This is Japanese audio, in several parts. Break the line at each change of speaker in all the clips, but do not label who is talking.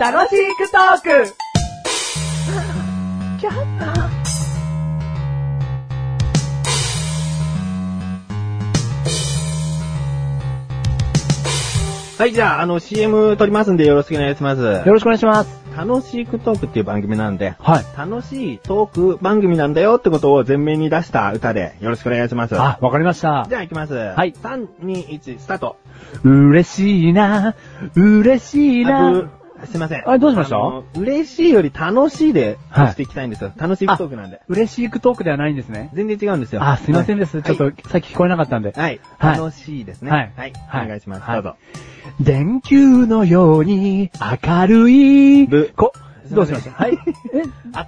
楽しくトーク
はい、じゃあ、あの、CM 撮りますんでよろしくお願いします。
よろしくお願いします。
楽しいクトークっていう番組なんで、
はい。
楽しいトーク番組なんだよってことを前面に出した歌でよろしくお願いします。
あ、わかりました
じ。ゃあ行きます。はい3、2、1、スタート。
嬉しいな、嬉しい
あ
な
ぶ。すいません。
あれどうしました
の嬉しいより楽しいで出していきたいんですよ。楽しいクトークなんで。
嬉しいトークではないんですね。
全然違うんですよ。
あ、すいませんです。
はい
ちょっと、さっき聞こえなかったんで。
はい。
はい
楽しいですね。
はい
はい。
はい
お願いします。
はい
どうぞ。
電球のように明るい。
ぶ
こ、
すいません
どうしましたはい。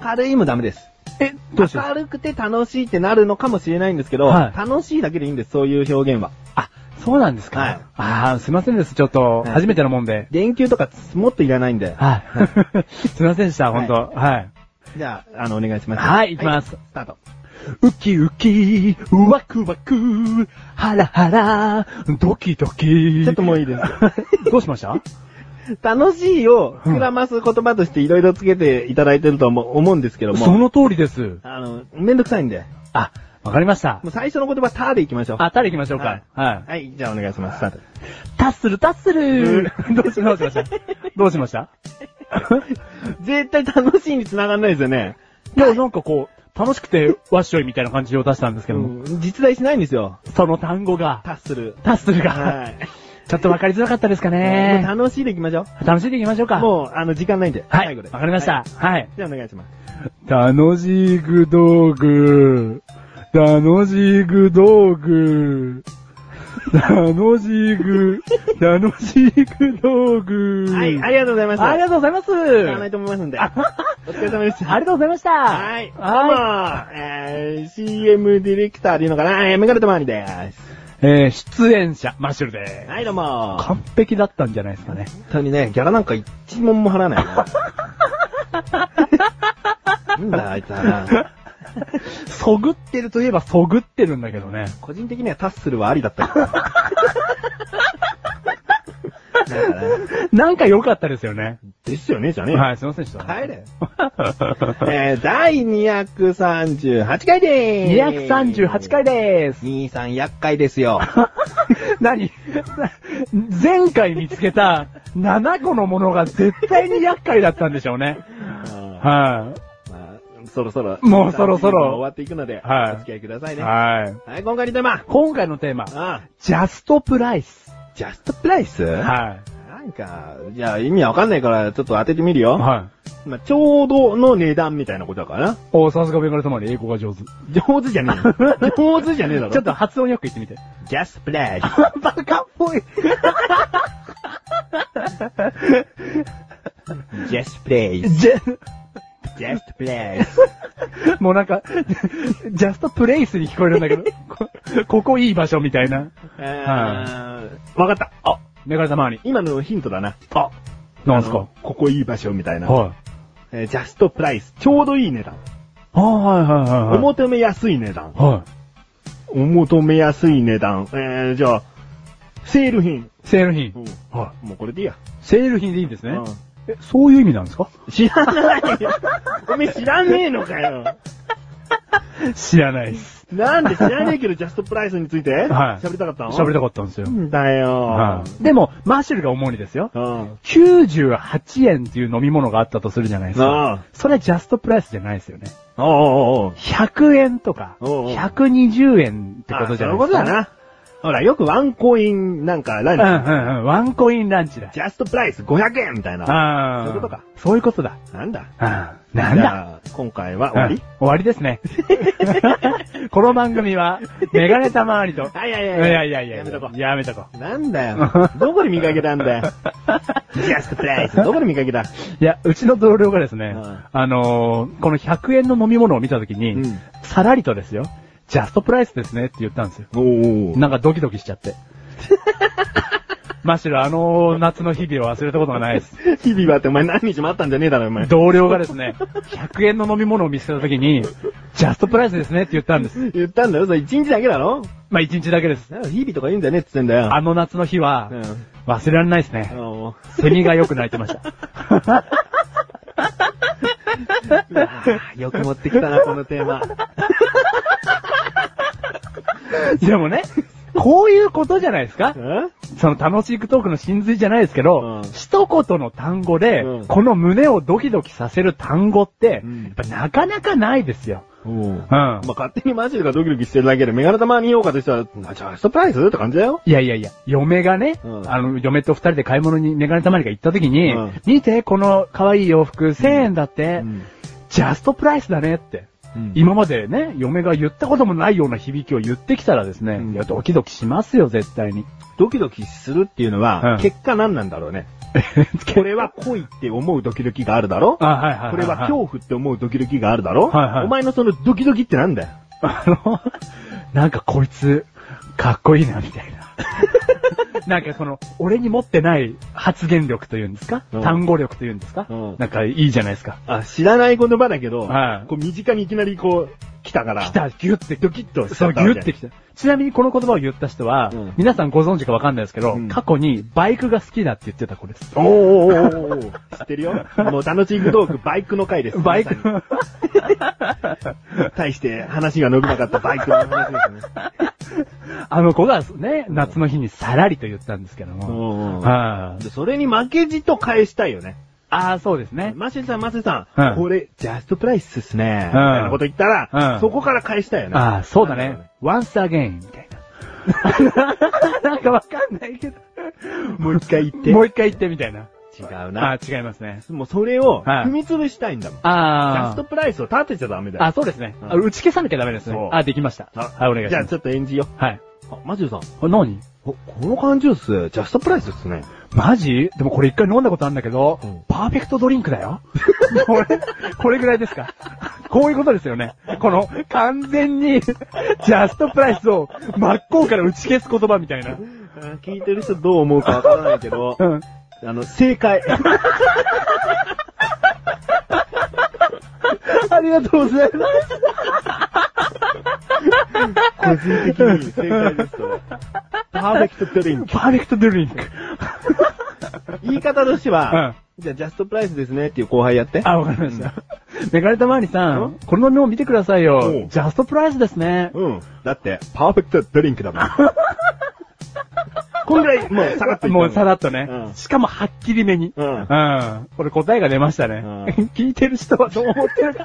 明るいもダメです。
え、え、どうしまし
明
た
るくて楽しいってなるのかもしれないんですけど、
はい
楽しいだけでいいんです、そういう表現は。
あ、そうなんですか。
はい
あーすいませんです。ちょっと、
はい
初めてのもんで。
電球とかもっといらないんで。
はい。 すいませんでした、ほんと。はい。
じゃあ、あの、お願いします。
はい行きます
スタート。
ウキウキ、ワクワク、ハラハラ、ドキドキ。
ちょっともういいです。
どうしました
楽しいを膨らます言葉としていろいろつけていただいてると思う思うんですけども。
その通りです。
あの、めんどくさいんで。
あ、わかりました
も。う最初の言葉、たーでいきましょう。
あ、タレ行きましょうか。はい。
はい、じゃあお願いします。スタート。
タッスル、タッスル どうしどうしましたどうしました
絶対楽しいに繋がんないですよね。
いや、なんかこう、楽しくて、わっしょいみたいな感じを出したんですけども、
うん実在しないんですよ。
その単語が、
達する。
タッスルが、
はい。
ちょっとわかりづらかったですか
もう
ね。
楽しいでいきましょう。
楽しんでいきましょうか。
もう、あの、時間ないんで。
は
最
い、
後で。
わかりまし
は
た
い。
はい。
じゃあお願いします。
楽しく道具。楽しく道具。楽しく、楽しく道具
はい、ありがとうございました。
ありがとうございます。
使わないと思いますんで。お疲れ様でした。
ありがとうございました。
はい。どう
はい
も、えー、CM ディレクターでいいのかなえーメガネとマーニです。
えー、出演者、マッシュルで
はい、どうも。
す。完璧だったんじゃないですかね。
当にね、ギャラなんか一問も払わないな。なんだ、あいつはな。
そぐってるといえばそぐってるんだけどね。
個人的にはタッスルはありだったけど。だからね
なんか良かったですよね。
ですよね、じゃねえよ。
はい、すいませんでした。
帰 れ。えー、第238回でーす。
238回でーす。
兄さん厄介です よ。
何 前回見つけた7個のものが絶対に厄介だったんでしょう ね。はい、
まあ、そろそろ。
もうそろそろ
終わっていくので、
はい
お付き合いくださいね。は
はい、
い、今回のテーマ。
今回のテーマ、
ああ、
ジャストプライス。
ジャストプライスい。
は
なんか、じゃあ意味わかんないから、ちょっと当ててみるよ。
い。はい。
まあ、ちょうどの値段みたいなことだからな。
おさすがベガネ様に英語が上手。ち
上手じゃね え。上手じゃねえだろ。
ょっと、発音よく言ってみて。
ジャストプライス。
バカっぽい。
ジャストプライス。
ジェ
ジャストプライ ス。
もうなんか、ジャストプレイスに聞こえるんだけど、こここいい場所みたいな。
あーわかった。あ、
メガネ様に。
今のヒントだな。
あ、なんす
あ
か
のここいい場所みたいな。
はい。
えージャストプライス。ちょうどいい値段。
あはいはいはいはい。
お求めやすい値段。
は
お求めやすい値段。えー、じゃあ、セール品。
い。セール品。は
もうこれでいいや。
セール品でいいんですね。
うん
え、そういう意味なんですか
知らないよ。 おめえ知らねえのかよ。
知らないです。
なんで知らねえけど、ジャストプライスについて
はい
喋りたかったの
喋りた
かっ
かったんですよ
た。んだよ、
はい。でも、マーシュルが主にですよ。
うん。
98円っていう飲み物があったとするじゃないです
ああ
か。それはジャストプライスじゃないですよね。
おうおうおう。
100円とか、
おうおう
120円ってことじゃな
あそうい
いですか。
うことだな。ほら、よくワンコインなんかランチ、
うんうんうん。ワンコインランチだ。
ジャストプライス500円みたいな。そ
あ
ういうことか。
そういうことだ。
なんだ
ああなん
じ
だ
ゃあ今回は終わり
うん終わりで すね。この番組は、メガネたまわりと、
はいはい
い
はい
やいやいや、
やめとこう。
やめとこ
なんだよ。どこで見かけたんだよ。ジャストプライス。どこで見かけた
う。いや、うちの同僚がですね
うん、
あのー、この100円の飲み物を見たとき
う
に
ん、
さらりとですよ、ジャストプライスですねって言ったんですよ。
おお。
なんかドキドキしちゃって。マシュル、あのー夏の日々を忘れたことがないです。
日々はってお前何日もあったんじゃねえだろ、お前。
同僚がですね、100円の飲み物を見せたときに、ジャストプライスですねって言ったんです。
言ったんだろそれ一日だけだろ
まあ一日だけです。
なんか日々とか言うんだよねって言ってんだよ。
あの夏の日は
うん。、
忘れられないです
あ
ね。
の
セミがよく鳴いてました。
よく持ってきたな、このテーマ。
でもね、こういうことじゃないですか
うん
その楽しいトークの真髄じゃないですけど、
うん
一言の単語で、
うん
この胸をドキドキさせる単語って、
うん
やっぱなかなかないですよ。
うん。
うん。
まあ、勝手にマジでドキドキしてるだけで、メガネ玉に言おうかとしたら、なじゃあ、サプライズって感じだよ。
いやいやいや、嫁がね、
うん
あの、嫁と二人で買い物にメガネたまりが行った時に、
うん
見て、この可愛い洋服、1000円だって、
うん
ジャストプライスだねって。今までね、嫁が言ったこともないような響きを言ってきたらですね、
うん
いや、ドキドキしますよ、絶対に。
ドキドキするっていうのは、
うん
結果何なんだろうね。これは恋って思うドキドキがあるだろ
あ、はいはい
これは恐怖って思うドキドキがあるだろ
はいはい
お前のそのドキドキってなんだよ。
あの、なんかこいつ、かっこいいな、みたい な。なんかその、俺に持ってない発言力というんですか、
うん
単語力というんですか、
うん
なんかいいじゃないですか。
あ、知らない言葉だけど、
はい
こう身近にいきなりこう、来たから。
来た、ギュって、
ドキッとしち
そ
ゃ
う、
っ
ギ
たわけ
ュってきた。ちなみにこの言葉を言った人は、
うん
皆さんご存知かわかんないですけど、
うん
過去にバイクが好きだって言ってた子です。
おーおーおーおー知ってる よ。もう楽しいトーク、バイクの回です。
バイク
まさ、 に対して話が伸びなかったバイクの話ですね。
あの子がね、夏の日にさらりと言ったんですけども。
は
あ
いそれに負けじと返したいよね。
あー、そうですね。
マシンさん、マシンさ、
うんん
これ、ジャストプライスっすね。みたいなこと言った
う
ら、
ん
そこから返したいよね。
ああ、そうだ
なる
ね。once again みたい な。なんかわかんないけど。
もう一回言って。
もう一回言ってみたいな。
違う
あ
な。
あ、違いますね。
もうそれを
はい
踏み潰したいんだもん。ジャ
あ
ストプライスを立てちゃダメだ
あ。あ、
よ。
そうですね。あ
うん
打ち消さなきゃダメです
そう
ね。あ、できました。はい、お願いし
じゃ
ま
あ
す。
ちょっと演じよ
はい。
う。あ、マシンさん、
あ何
おこの缶ジュース、ジャストプライスっすね。
マジでもこれ一回飲んだことあるんだけど、
うん
パーフェクトドリンクだよ。これ、これぐらいですかこういうことですよね。この、完全に、ジャストプライスを真っ向から打ち消す言葉みたいな。
あ聞いてる人どう思うかわからないけど
う、ん。
あの、正解。
ありがとうございます。
個人的に正解です と。パーフェクトドリンク。
パーフェクトドリンク。
言い方としては、じゃあジャストプライスですねっていう後輩やって。
あ、わかりました。メガネたまわりさ
うん
ん、このメモ見てください
お
よ
う。
ジャストプライスですね。
うん。だって、パーフェクトドリンクだもん。こんぐらい、もう、さらっと言ったの
もうさらっとね。
うん
しかもはっきりめに。
うん
うん。これ答えが出ましたね。
う
聞いてる人はどう思ってるか、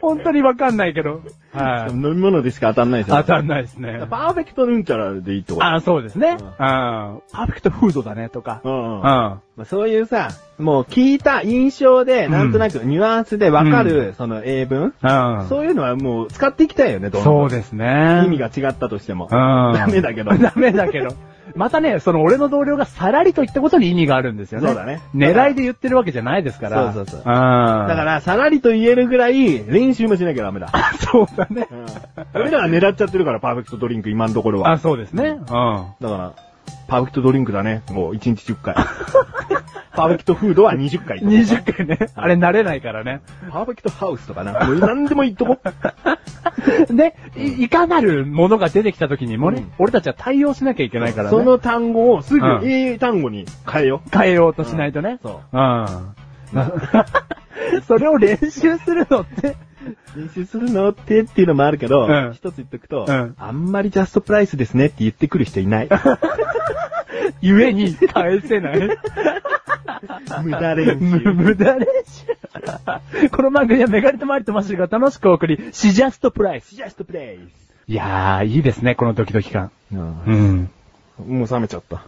本当にわかんないけど。はい。
飲み物でしか当たんないじゃん。
当たんないですね。
パーフェクトヌンチャラでいいってこと。
あそうですね。
う
うんん。パーフェクトフードだね、とか
う。んうんま
ん。
あ、そういうさ、もう聞いた印象で、
うん
なんとなくニュアンスでわかる、その英文、
うん。
そういうのはもう使っていきたいよね、どんどん
そうですね。
意味が違ったとしても。
うん。
ダメだけど
ダメだけど。またね、その俺の同僚がさらりと言ったことに意味があるんですよね。
そうだね
狙いで言ってるわけじゃないですから。
そうそうそう
うん。だ
だか、ら、さらりと言えるぐらい、練習もしなきゃダメだ。
そうだね。
うん。俺らは狙っちゃってるから、パーフェクトドリンク、今のところは
あ、。そうですね。うん。パ
だから、パーフェクトドリンクだね。もう1日10回。 パーフェクトフードは20回。
20回ね。あれ慣れないか らね。
パーフェクトハウスとかな。もう何でも言っとこ。
で、いいかなるものが出てきた時にもね、
うん
俺たちは対応しなきゃいけないからね。
その単語をすぐ
うん
英単語に変えよ
変えようとしないとね。
うんそう
うん。 それを練習するのって、
う。練習するのってっていうのもあるけど
うん
一つ言っとくと
うん
あんまりジャストプライスですねって言ってくる人い ない。
ゆえに返せない。
無駄練習。
無駄練習。 この番組はメガネとマリとマッシュルが楽しくお送り、シジャストプライス。
ジャストプレイス。
いやー、いいですね、このドキドキ感。
うん
うん。
もう冷めちゃった。